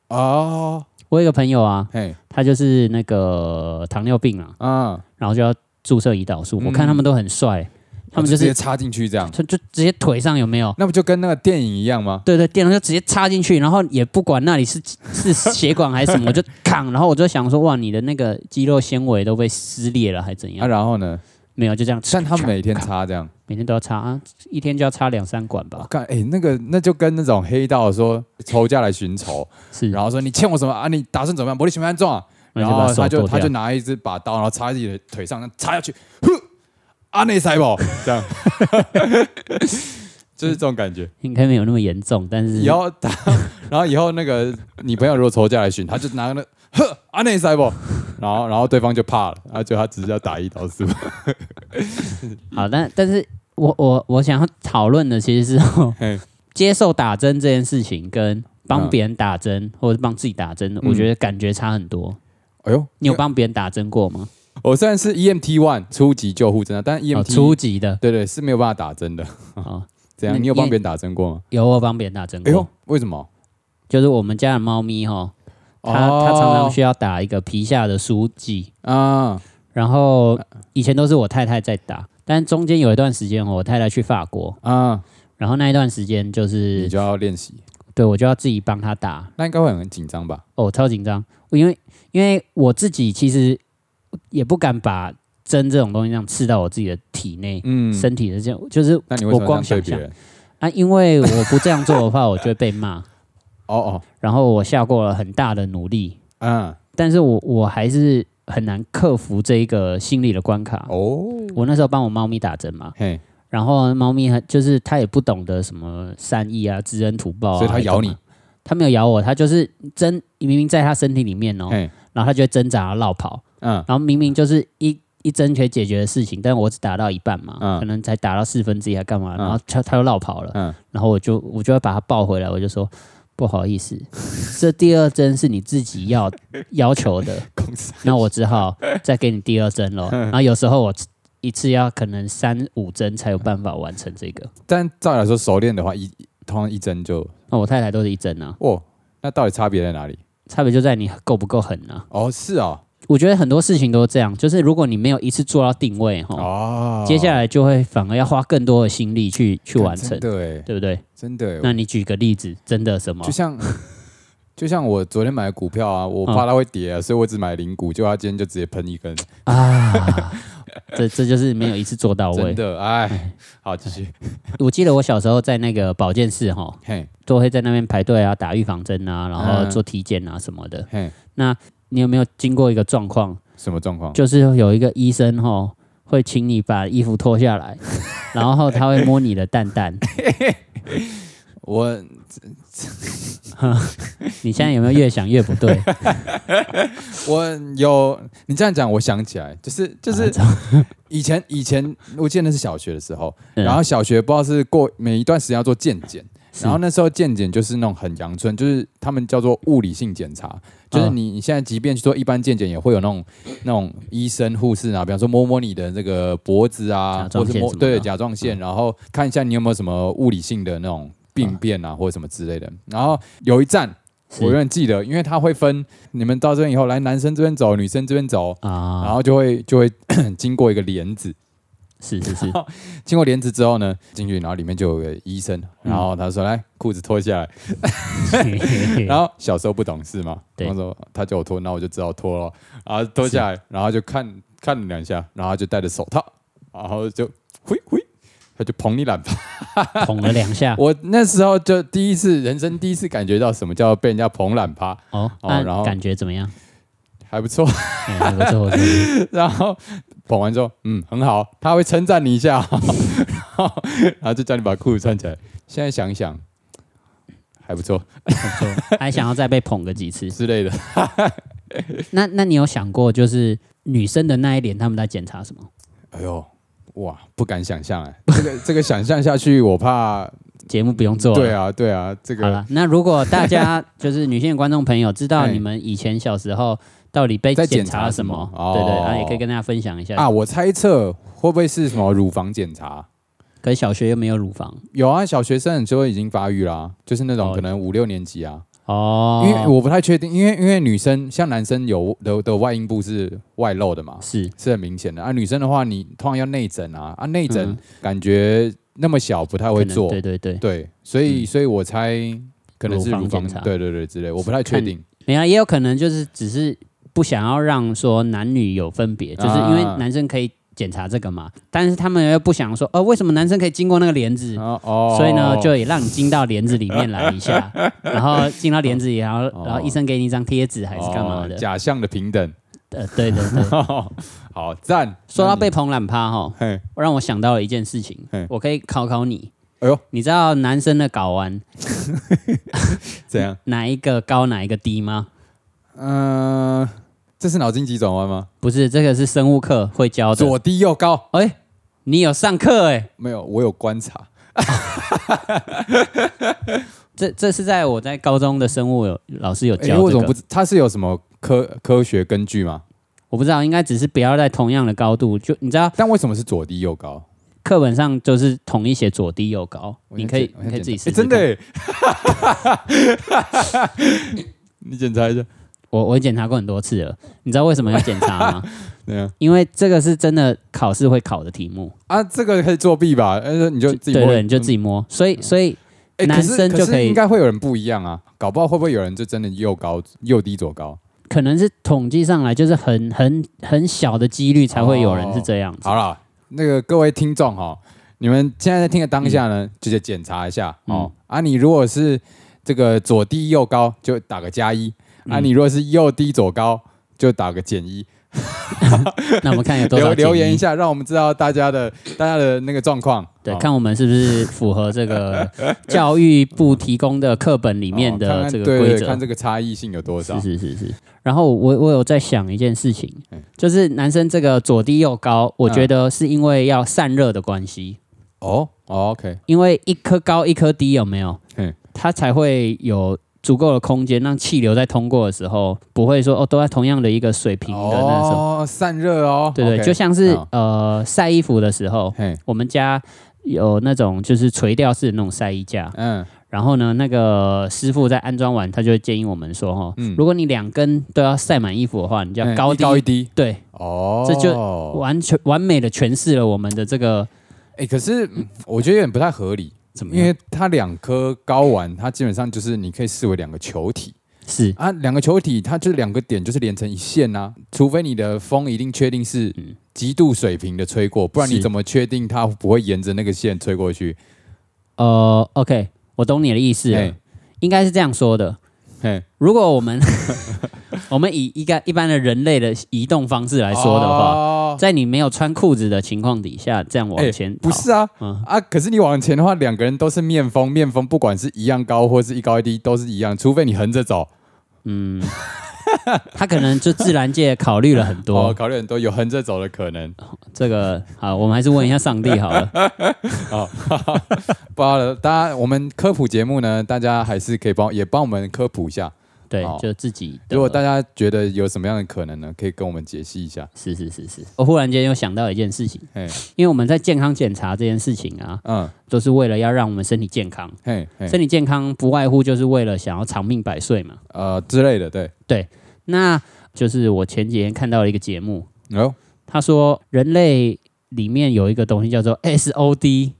Speaker 2: 哦，
Speaker 1: 我有一个朋友啊，
Speaker 2: 嘿，
Speaker 1: 他就是那个糖尿病啊，
Speaker 2: 啊、
Speaker 1: 然后就要注射胰岛素。
Speaker 2: 嗯
Speaker 1: 我看他们都很帅，他们就
Speaker 2: 直接
Speaker 1: 是
Speaker 2: 插进去这样，
Speaker 1: 就就直接腿上有没有？
Speaker 2: 那不就跟那个电影一样吗？
Speaker 1: 对对，电脑就直接插进去，然后也不管那里是 是血管还是什么，我就扛。然后我就想说，哇，你的那个肌肉纤维都被撕裂了，还怎
Speaker 2: 啊，
Speaker 1: 样？
Speaker 2: 然后呢？
Speaker 1: 没有，就这样。
Speaker 2: 像他们每天插这样，
Speaker 1: 每天都要插啊，一天就要插两三管吧？
Speaker 2: 看，哎、那个那就跟那种黑道说仇家来寻仇，
Speaker 1: 是，
Speaker 2: 然后说你欠我什么啊？你打算怎么样？我力全安重啊？
Speaker 1: 那
Speaker 2: 然
Speaker 1: 就把
Speaker 2: 后
Speaker 1: 手
Speaker 2: 他就
Speaker 1: 剁
Speaker 2: 他
Speaker 1: 掉
Speaker 2: 就拿一只把刀，然后插在自己的腿上，插下去，哼，啊内塞宝， 这样，就是这种感觉。
Speaker 1: 应该没有那么严重，但是
Speaker 2: 以后 他，然后以后那个你朋友如果仇家来寻，他就拿那呵啊内塞宝，然后然后对方就怕了，然后就他只是要打一刀是吧？
Speaker 1: 好，但但是我我我想要讨论的其实是
Speaker 2: 嘿
Speaker 1: 接受打针这件事情跟帮
Speaker 2: 嗯
Speaker 1: 别人打针、或者是帮自己打针，我觉得感觉差很多。
Speaker 2: 哎呦，
Speaker 1: 你有帮别人打针过吗？
Speaker 2: 我虽然是 EMT one 初级救护针啊，但
Speaker 1: 哦，
Speaker 2: EMT
Speaker 1: 初级的
Speaker 2: 对对是没有办法打针的。
Speaker 1: 哦，嗯
Speaker 2: 怎
Speaker 1: 那
Speaker 2: 样？你有帮
Speaker 1: 因为
Speaker 2: 别人打针过吗？
Speaker 1: 有我帮别人打针
Speaker 2: 哎
Speaker 1: 过，
Speaker 2: 呦，为什么？
Speaker 1: 就是我们家的猫咪哈，它它常常需要打一个皮下的输剂，
Speaker 2: 哦啊，
Speaker 1: 然后以前都是我太太在打，但中间有一段时间哦我太太去法国，
Speaker 2: 啊，
Speaker 1: 然后那一段时间就
Speaker 2: 你
Speaker 1: 是
Speaker 2: 就要练习，
Speaker 1: 对我就要自己帮她打，
Speaker 2: 那应该会很紧张吧？
Speaker 1: 哦，超紧张，因为因为我自己其实也不敢把针这种东西这样刺到我自己的体内、
Speaker 2: 嗯，
Speaker 1: 身体的这样，就是
Speaker 2: 那你为
Speaker 1: 我
Speaker 2: 什么
Speaker 1: 光
Speaker 2: 这样
Speaker 1: 想
Speaker 2: 对别
Speaker 1: 象
Speaker 2: 人？
Speaker 1: 啊，因为我不这样做的话，我就会被骂。
Speaker 2: 哦哦，
Speaker 1: 然后我下过了很大的努力，
Speaker 2: 嗯，
Speaker 1: 但是我我还是很难克服这一个心理的关卡。
Speaker 2: 哦，
Speaker 1: 我那时候帮我猫咪打针嘛，
Speaker 2: 嘿，
Speaker 1: 然后猫咪还就是它也不懂得什么善意啊、知恩图报啊，
Speaker 2: 所以它
Speaker 1: 还干
Speaker 2: 咬你
Speaker 1: 嘛，它没有咬我，它就是针明明在它身体里面哦，
Speaker 2: 嘿，
Speaker 1: 然后它就会挣扎然后绕跑，
Speaker 2: 嗯，
Speaker 1: 然后明明就是一一针可以解决的事情，但我只打到一半嘛，
Speaker 2: 嗯
Speaker 1: 可能才打到四分之一还干嘛，
Speaker 2: 嗯
Speaker 1: 然后他他又绕跑了，
Speaker 2: 嗯
Speaker 1: 然后我就我就要把他抱回来，我就说不好 意思，这第二针是你自己要要求的，那我只好再给你第二针咯。
Speaker 2: 嗯
Speaker 1: 然后有时候我一次要可能三五针才有办法完成这个，
Speaker 2: 但照理来说，熟练的话，一通常一针就，
Speaker 1: 那我太太都是一针啊，
Speaker 2: 哦，那到底差别在哪里？
Speaker 1: 差别就在你够不够狠啊。
Speaker 2: 哦，是哦，
Speaker 1: 我觉得很多事情都这样，就是如果你没有一次做到定位哈。
Speaker 2: 哦，
Speaker 1: 接下来就会反而要花更多的心力去去
Speaker 2: 干
Speaker 1: 完
Speaker 2: 真，
Speaker 1: 成
Speaker 2: 的哎，
Speaker 1: 对不对？
Speaker 2: 真的
Speaker 1: 那
Speaker 2: 哎，
Speaker 1: 你举个例子，真的什么
Speaker 2: 就？像。就像我昨天买的股票啊，我
Speaker 1: 嗯
Speaker 2: 怕它会跌啊，所以我只买零股，结果它今天就直接喷一根，
Speaker 1: 啊， 这这就是没有一次做到
Speaker 2: 真
Speaker 1: 位。
Speaker 2: 的，哎，好，继续，
Speaker 1: 我记得我小时候在那个保健室哈，
Speaker 2: 嘿，
Speaker 1: 都会在那边排队啊，打预防针啊，然后
Speaker 2: 嗯
Speaker 1: 做体检啊什么的。
Speaker 2: 嘿，
Speaker 1: 你有没有经过一个状况，
Speaker 2: 什么状况？
Speaker 1: 就是有一个医生哈，会请你把衣服脱 下来，然后他会摸你的蛋蛋。
Speaker 2: 我
Speaker 1: 你现在有没有越想越不对？
Speaker 2: 我有你这样讲，我想起来，就是就是以前以前，我记得那是小学的时候，
Speaker 1: 嗯
Speaker 2: 然后小学不知道是过每一段时间要做健检，
Speaker 1: 是
Speaker 2: 然后那时候健检就是那种很阳春，就是他们叫做物理性检查，就是
Speaker 1: 嗯
Speaker 2: 你你现在即便去做一般健检，也会有那种那种医生护士啊，比方说摸摸你的这个脖子啊
Speaker 1: 甲，状
Speaker 2: 或是
Speaker 1: 腺
Speaker 2: 摸
Speaker 1: 什么的嗯
Speaker 2: 对甲状腺，然后看一下你有没有什么物理性的那种病变啊，或者什么之类的，然后有一站。
Speaker 1: 是
Speaker 2: 我永远记得，因为它会分你们到这边以后，来男生这边走，女生这边走，然
Speaker 1: 啊，
Speaker 2: 后就会就会 经过一个帘子，
Speaker 1: 是是是，
Speaker 2: 经过帘子之后呢，进去，然后里面就有个医生，然后他说：“来，裤子脱下来。” 然后小时候不懂事嘛，
Speaker 1: 对
Speaker 2: 他说他叫我脱，那我就只好脱了，然后脱下来，然后就看看了两下，然后就戴着手套，然后就挥挥，他就捧你懒趴。
Speaker 1: 捅了两下。
Speaker 2: 我那时候就第一次人生第一次感觉到什么叫被人家捧懒趴，
Speaker 1: 哦，
Speaker 2: 哦
Speaker 1: 那
Speaker 2: 然后
Speaker 1: 感觉怎么样？
Speaker 2: 还不 错。
Speaker 1: 哎，我做我做。
Speaker 2: 然后捧完之后，嗯，很好，他会称赞你一下， 然后然后就叫你把裤子穿起来。现在想一想，还不错
Speaker 1: 不错，还想要再被捧个几次。
Speaker 2: 之类的。
Speaker 1: 那那你有想过，就是女生的那一脸，他们在检查什么？
Speaker 2: 哎呦，哇，不敢想象哎，这个这个想象下去，我 怕。
Speaker 1: 节目不用做了。
Speaker 2: 对啊，对啊，这
Speaker 1: 好
Speaker 2: 个
Speaker 1: 了，那如果大家就是女性的观众朋友，知道
Speaker 2: 哎
Speaker 1: 你们以前小时候到底被
Speaker 2: 在
Speaker 1: 检
Speaker 2: 检
Speaker 1: 查
Speaker 2: 查
Speaker 1: 了什么
Speaker 2: 什么，哦
Speaker 1: 对对，啊，也可以跟大家分享一下。
Speaker 2: 啊，我猜测会不会是什么乳房检查？
Speaker 1: 可是小学又没有乳房
Speaker 2: 有啊，小学生很多已经发育啦、就是那种
Speaker 1: 哦
Speaker 2: 可能五六年级啊，
Speaker 1: 哦，
Speaker 2: 因为我不太确定，因为因为女生像男生有的的外阴部是外露的嘛，
Speaker 1: 是
Speaker 2: 是很明显的啊。女生的话，你通常要内诊啊，啊内诊
Speaker 1: 嗯
Speaker 2: 感觉那么小不太
Speaker 1: 可
Speaker 2: 会
Speaker 1: 能
Speaker 2: 做，
Speaker 1: 对对对，
Speaker 2: 对所以所以我猜可能是
Speaker 1: 乳房
Speaker 2: 乳房
Speaker 1: 检查
Speaker 2: 对对对之类，我不太确定。
Speaker 1: 没啊有，也有可能就是只是不想要让说男女有分别，就是因为
Speaker 2: 啊
Speaker 1: 男生可以检查这个嘛，但是他们又不想说，呃，为什么男生可以经过那个帘子？
Speaker 2: 哦哦
Speaker 1: 所以呢，就也让你进到帘子里面来一 下，然后进到帘子里，然后然后医生给你一张贴纸还是干嘛的
Speaker 2: 哦？假象的平 等，
Speaker 1: 呃，对对 对。
Speaker 2: 好赞。
Speaker 1: 说到
Speaker 2: 那你，
Speaker 1: 被捧懒趴哈，
Speaker 2: 嘿，
Speaker 1: 让我想到了一件事情
Speaker 2: 嘿，
Speaker 1: 我可以考考你。
Speaker 2: 哎呦，
Speaker 1: 你知道男生的睾丸
Speaker 2: 怎样？
Speaker 1: 哪一个高哪一个低吗？
Speaker 2: 嗯、这是脑筋急转弯吗？
Speaker 1: 不是，这个是生物课会教的。
Speaker 2: 左低右高？
Speaker 1: 哎，你有上课哎、
Speaker 2: 没有，我有观察。
Speaker 1: 这这是在我在高中的生物有老师有
Speaker 2: 哎、
Speaker 1: 教、这个
Speaker 2: 为什么不知？它是有什么科科学根据吗？
Speaker 1: 我不知道，应该只是不要在同样的高度，就你知道
Speaker 2: 但为什么是左低右高？
Speaker 1: 课本上就是统一写左低右高，
Speaker 2: 我
Speaker 1: 你
Speaker 2: 先
Speaker 1: 可以
Speaker 2: 检我先
Speaker 1: 你可以自己试
Speaker 2: 检
Speaker 1: 试
Speaker 2: 查
Speaker 1: 看、
Speaker 2: 哎真的、欸， 你检查一下，
Speaker 1: 我我检查过很多次了，你知道为什么要检 查吗？
Speaker 2: 怎样
Speaker 1: 因为这个是真的考试会考的题目，
Speaker 2: 啊？这个可以作弊吧？呃，你就自己
Speaker 1: 对
Speaker 2: 摸嗯
Speaker 1: 对，你就自己摸，所以所以
Speaker 2: 哎可
Speaker 1: 男
Speaker 2: 是
Speaker 1: 生
Speaker 2: 可
Speaker 1: 就是可以
Speaker 2: 应该会有人不一样啊，搞不好会不会有人就真的右高右低左高？
Speaker 1: 可能是统计上来就是很很很小的几率才会有人是这样子。
Speaker 2: 好了，那个各位听众哈，你们现在在听的当下
Speaker 1: 嗯
Speaker 2: 呢，直接检查一下哦。啊，你如果是这个左低右高，就打个加一；啊，
Speaker 1: 嗯
Speaker 2: 你如果是右低左高，就打个减一。
Speaker 1: 那我们看有多少
Speaker 2: 留留
Speaker 1: 建议
Speaker 2: 言一下，让我们知道大家的大家的那个状况。
Speaker 1: 对，
Speaker 2: 哦
Speaker 1: 看我们是不是符合这个教育部提供的课本里面
Speaker 2: 哦看
Speaker 1: 的
Speaker 2: 看
Speaker 1: 这个
Speaker 2: 对
Speaker 1: 规
Speaker 2: 对
Speaker 1: 则
Speaker 2: 看。这个差异性有多少
Speaker 1: 是。是是是。然后我我有在想一件事情
Speaker 2: 嗯，
Speaker 1: 就是男生这个左低右高，我
Speaker 2: 嗯
Speaker 1: 觉得是因为要散热的关系，
Speaker 2: 哦哦，OK，
Speaker 1: 因为一颗高一颗低有没有
Speaker 2: 嗯？
Speaker 1: 它才会有足够的空间让气流在通过的时候不会说哦都在同样的一个水平的那种。
Speaker 2: 哦，散热哦，
Speaker 1: 对对，
Speaker 2: OK
Speaker 1: 就像是
Speaker 2: 好
Speaker 1: 呃晒衣服的时候，
Speaker 2: 嘿，
Speaker 1: 我们家有那种就是垂吊式的那种晒衣架，
Speaker 2: 嗯，
Speaker 1: 然后呢，那个师傅在安装完，他就会建议我们说，哦，
Speaker 2: 嗯
Speaker 1: 如果你两根都要晒满衣服的话，你就要
Speaker 2: 嗯
Speaker 1: 高
Speaker 2: 一
Speaker 1: 低、
Speaker 2: 高一低，
Speaker 1: 对，
Speaker 2: 哦，
Speaker 1: 这就完全完美的诠释了我们的这个
Speaker 2: 哎、可是嗯我觉得有点不太合理，
Speaker 1: 怎么
Speaker 2: 因
Speaker 1: 样？
Speaker 2: 为它两颗睾丸，它基本上就是你可以视为两个球体
Speaker 1: 是
Speaker 2: 啊，两个球体它就是两个点，就是连成一线呐、除非你的风一定确定是
Speaker 1: 嗯
Speaker 2: 极度水平的吹过，不然你
Speaker 1: 是
Speaker 2: 怎么确定它不会沿着那个线吹过去？哎
Speaker 1: 呃，OK，我懂你的意思了
Speaker 2: 嘿
Speaker 1: 应该是这样说的。
Speaker 2: 嘿，
Speaker 1: 如果 我们我们以一个一般的人类的移动方式来说的话，
Speaker 2: 哦
Speaker 1: 在你没有穿裤子的情况底下，这样往
Speaker 2: 哎
Speaker 1: 前、
Speaker 2: 不，是啊。
Speaker 1: 嗯，
Speaker 2: 啊！可是你往前的话，两个人都是面风，面风不管是一样高或是一高一低，都是一样，除非你横着走。
Speaker 1: 他可能就自然界考虑了很多。
Speaker 2: 哦，考虑很多有横着走的可能。
Speaker 1: 这个好，我们还是问一下上帝好了。
Speaker 2: 哦，不好了，大家，我们科普节目呢，大家还是可以帮也帮我们科普一下。
Speaker 1: 对
Speaker 2: 好，
Speaker 1: 就自己的。
Speaker 2: 如果大家觉得有什么样的可能呢，可以跟我们解析一下。
Speaker 1: 是是是是，我忽然间又想到一件事情，
Speaker 2: 嘿，
Speaker 1: 因为我们在健康检查这件事情啊，
Speaker 2: 嗯，
Speaker 1: 都是为了要让我们身体健康。
Speaker 2: 嘿，嘿，
Speaker 1: 身体健康不外乎就是为了想要长命百岁嘛。
Speaker 2: 呃之类的，对。
Speaker 1: 那就是我前几天看到了一个节目，
Speaker 2: 哦，
Speaker 1: 他说人类里面有一个东西叫做 SOD，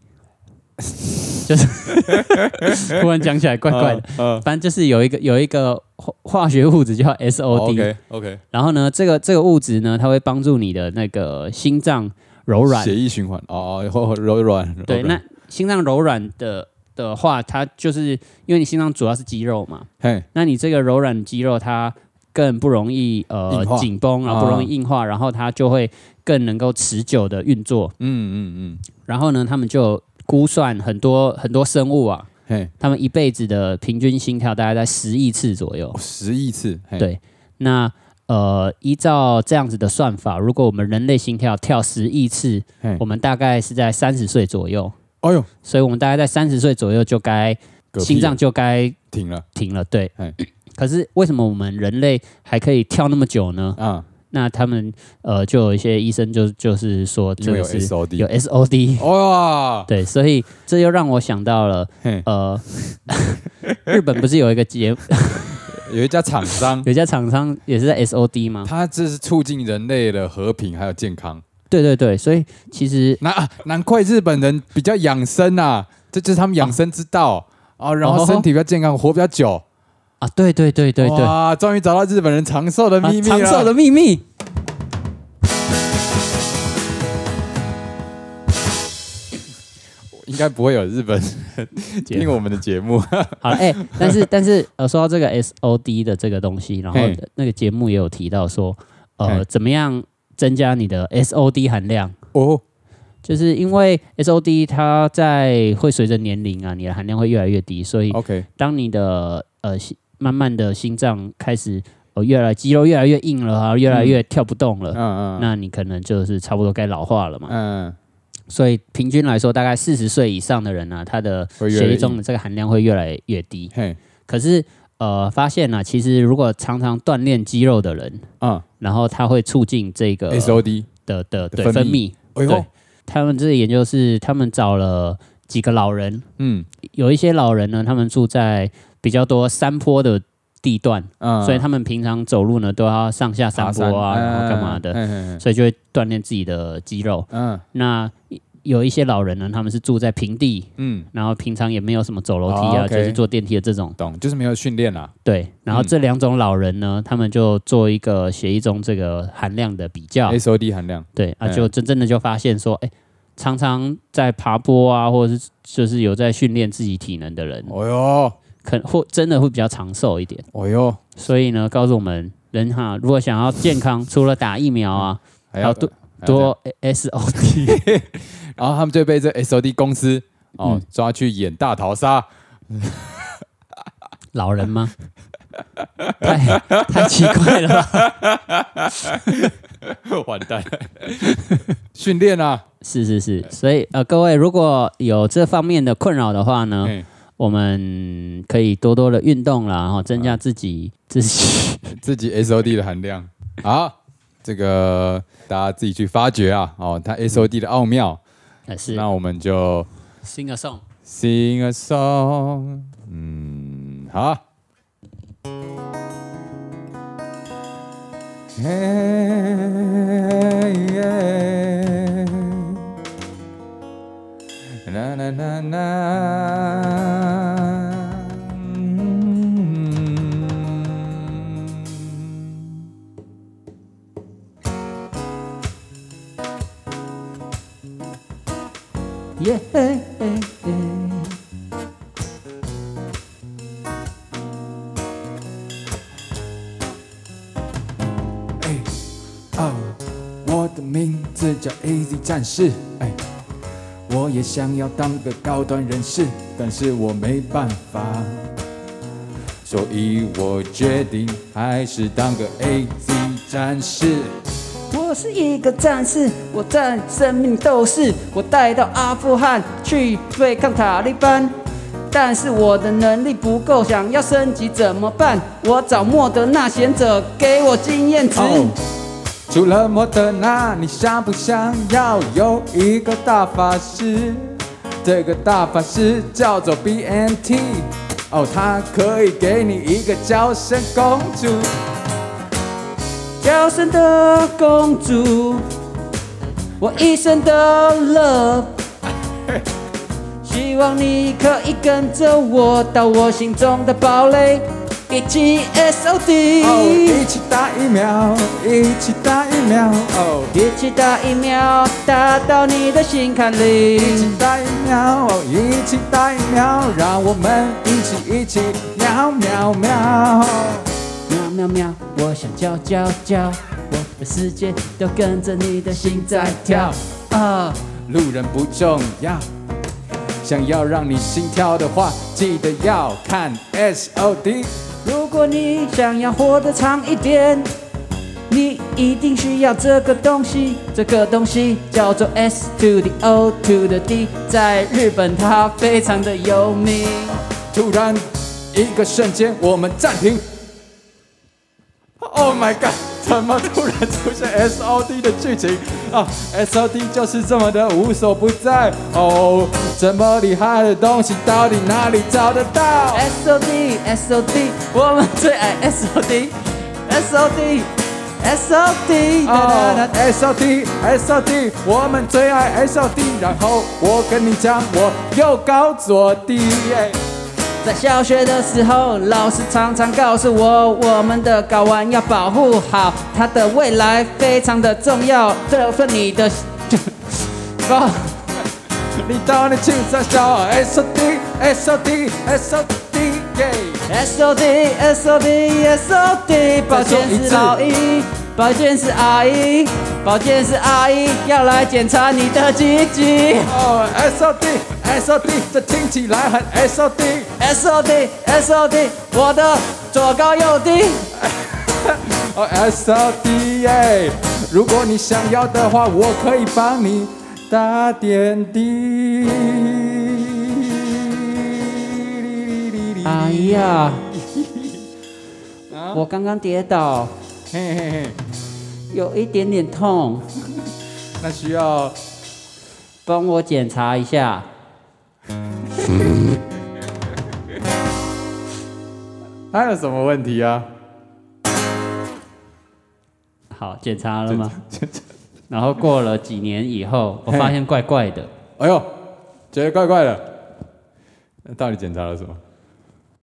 Speaker 1: 就是 忽然讲起来怪怪的，
Speaker 2: 嗯。
Speaker 1: 反正就是有一个有一个化化学物质叫 SOD，、
Speaker 2: 哦 OK，OK，
Speaker 1: 然后呢，这个这个物质呢，它会帮助你的那个心脏柔软。
Speaker 2: 血液循环哦哦，柔软。
Speaker 1: 对，
Speaker 2: 柔
Speaker 1: 那
Speaker 2: 软
Speaker 1: 心脏柔软的的话，它就是因为你心脏主要是肌肉嘛，
Speaker 2: 嘿，
Speaker 1: 那你这个柔软肌肉它更不容易呃
Speaker 2: 硬化啊
Speaker 1: 紧绷，然后不容易硬化，然后它就会更能够持久的运作。
Speaker 2: 嗯嗯嗯，
Speaker 1: 然后呢，他们就估算很多很多生物啊，
Speaker 2: 嘿，
Speaker 1: 他们一辈子的平均心跳大概在十亿次左右
Speaker 2: 哦。十亿次，嘿
Speaker 1: 对那呃，依照这样子的算法，如果我们人类心跳跳十亿次，
Speaker 2: 嘿
Speaker 1: 我们大概是在三十岁左右，
Speaker 2: 哎呦，
Speaker 1: 所以我们大概在三十岁左右就该
Speaker 2: 嗝屁
Speaker 1: 心脏就该
Speaker 2: 停了
Speaker 1: 停了。对
Speaker 2: 嘿，
Speaker 1: 可是为什么我们人类还可以跳那么久呢？
Speaker 2: 啊，
Speaker 1: 那他们呃，就有一些医生就就是说
Speaker 2: 因
Speaker 1: 这
Speaker 2: 为有
Speaker 1: 个是
Speaker 2: SOD，
Speaker 1: 有 SOD，
Speaker 2: 哇，
Speaker 1: 对，所以这又让我想到了
Speaker 2: 嘿
Speaker 1: 呃， 日本不是有一个节，
Speaker 2: 有一家厂商
Speaker 1: 有一家厂商也是在 SOD 吗？
Speaker 2: 它这是促进人类的和平还有健康。
Speaker 1: 对对对，所以其实
Speaker 2: 难、啊、难怪日本人比较养生啊，这就是他们养生之道哦，然后身体比较健康，活比较久。
Speaker 1: 啊，对对对对对，啊
Speaker 2: 哇，终于找到日本人长寿的秘密了。啊
Speaker 1: 长寿的秘密。
Speaker 2: 应该不会有日本 人
Speaker 1: 节目
Speaker 2: 听我们的节 目。
Speaker 1: 好了，哎、但是但是呃，说到这个 SOD 的这个东西，然后
Speaker 2: 嘿
Speaker 1: 那个节目也有提到说，呃
Speaker 2: 嘿，
Speaker 1: 怎么样增加你的 SOD 含量？
Speaker 2: 哦，
Speaker 1: 就是因为 SOD 它在会随着年龄啊，你的含量会越来越低，所以
Speaker 2: OK，
Speaker 1: 当你的呃心慢慢的心脏开始呃越来肌肉越来越硬了啊，越来越跳不动了，
Speaker 2: 嗯嗯，
Speaker 1: 那你可能就是差不多该老化了嘛。
Speaker 2: 嗯
Speaker 1: 所以平均来说，大概四十岁以上的人呢、啊，他的
Speaker 2: 会越来
Speaker 1: 血
Speaker 2: 越
Speaker 1: 液中的这个含量会越来越低。
Speaker 2: 嘿，
Speaker 1: 可是呃，发现呢、啊，其实如果常常锻炼肌肉的人，
Speaker 2: 嗯
Speaker 1: 然后他会促进这个
Speaker 2: SOD，
Speaker 1: 的的对
Speaker 2: 分泌
Speaker 1: 分泌。
Speaker 2: 哎呦
Speaker 1: 对，他们这个研究是他们找了几个老人，
Speaker 2: 嗯
Speaker 1: 有一些老人呢，他们住在比较多山坡的地段，
Speaker 2: 嗯，
Speaker 1: 所以他们平常走路呢都要上下山
Speaker 2: 爬
Speaker 1: 坡啊，
Speaker 2: 山
Speaker 1: 然后干嘛的，
Speaker 2: 嗯嗯嗯
Speaker 1: 所以就会锻炼自己的肌肉。
Speaker 2: 嗯
Speaker 1: 那有一些老人呢，他们是住在平地。
Speaker 2: 嗯，
Speaker 1: 然后平常也没有什么走楼梯啊，
Speaker 2: 哦，OK
Speaker 1: 就是坐电梯的这种，
Speaker 2: 懂，就是没有训练啦。
Speaker 1: 对，然后
Speaker 2: 嗯
Speaker 1: 这两种老人呢，他们就做一个血液中这个含量的比较，
Speaker 2: SOD 含量，
Speaker 1: 对啊，
Speaker 2: 嗯
Speaker 1: 就真正的就发现说，哎、常常在爬坡啊，或者是就是有在训练自己体能的人，
Speaker 2: 哦哟，
Speaker 1: 可或真的会比较长寿一点。
Speaker 2: 哦哟，
Speaker 1: 所以呢，告诉我们人哈，如果想要健康，除了打疫苗啊，
Speaker 2: 还要
Speaker 1: 好多
Speaker 2: 还要
Speaker 1: 多 SOD，
Speaker 2: 然后他们就被这 SOD 公司哦、
Speaker 1: 嗯
Speaker 2: 抓去演大逃杀，
Speaker 1: 老人吗？太太奇怪了吧？
Speaker 2: 完蛋，训练啊，
Speaker 1: 是是是，所以呃，各位如果有这方面的困扰的话呢，
Speaker 2: 嗯，
Speaker 1: 我们可以多多的运动啦，然后增加自己、自己。
Speaker 2: 哎自己 SOD 的含量，好，这个大家自己去发掘啊，哦，它 SOD 的奥妙，
Speaker 1: 还呃是
Speaker 2: 那我们就
Speaker 1: sing a song。
Speaker 2: sing a song，嗯，好。Hey, yeah. Na, na, na, na. 嗯
Speaker 1: 耶、
Speaker 2: 哎，哦，我的名字叫 AZ 战士，哎，我也想要当个高端人士，但是我没办法，所以我决定还是当个 AZ 战士。
Speaker 4: 我是一个战士，我战生命斗士，我带到阿富汗去对抗塔利班。但是我的能力不够，想要升级怎么办？我找莫德纳贤者给我经验值。
Speaker 2: 哦，除了莫德纳，你想不想要有一个大法师？这个大法师叫做 BNT，哦，他可以给你一个娇生公主。
Speaker 4: 娇生的公主，我一生的 love，希望你可以跟着我到我心中的堡垒，一起 SOD。
Speaker 2: 哦，一起打疫苗，一起打疫苗，哦，
Speaker 4: 一起打疫苗，打到你的心坎里。
Speaker 2: 一起打疫苗，哦，一起打疫苗，让我们一起一起喵喵喵。
Speaker 4: 喵喵喵，我想叫叫叫，我的世界都跟着你的心在跳啊！
Speaker 2: 路人不重要，想要让你心跳的话，记得要看 S O D。
Speaker 4: 如果你想要活得长一点，你一定需要这个东西，这个东西叫做 S to the O to the D，在日本它非常的有名。
Speaker 2: 突然一个瞬间，我们暂停。Oh my god！怎么突然出现 S O D 的剧情啊？S O D 就是这么的无所不在哦，这么厉害的东西到底哪里找得到？
Speaker 4: S O D S O D，我们最爱 S O D S O D S O D，哒哒哒
Speaker 2: 哦
Speaker 4: 哒。
Speaker 2: ，S O D S O D，我们最爱 S O D，然后我跟你讲，我又高左低耶。
Speaker 4: 在小学的时候，老师常常告诉我，我们的睾丸要保护好，它的未来非常的重要。这份你的高，
Speaker 2: 你到底去啥小 S O D S O D S O D 耶。
Speaker 4: S O D S O D S O D，保健是老医，保健是阿姨，保健是阿姨要来检查你的鸡鸡。
Speaker 2: 哦，S O D S O D，这听起来很 S O D。
Speaker 4: S O D S O D，我的左高右低。
Speaker 2: 哦，S O D 耶。如果你想要的话，我可以帮你打点滴。
Speaker 4: 哎 呀，
Speaker 1: 啊
Speaker 4: 我刚刚跌倒，
Speaker 2: 嘿嘿嘿，
Speaker 4: 有一点点痛，
Speaker 2: 那需要
Speaker 4: 帮我检查一下。
Speaker 2: 还有什么问题啊？
Speaker 1: 好，检查了吗？然后过了几年以后，我发现怪怪的，
Speaker 2: 哎呦，觉得怪怪的，那到底检查了什么？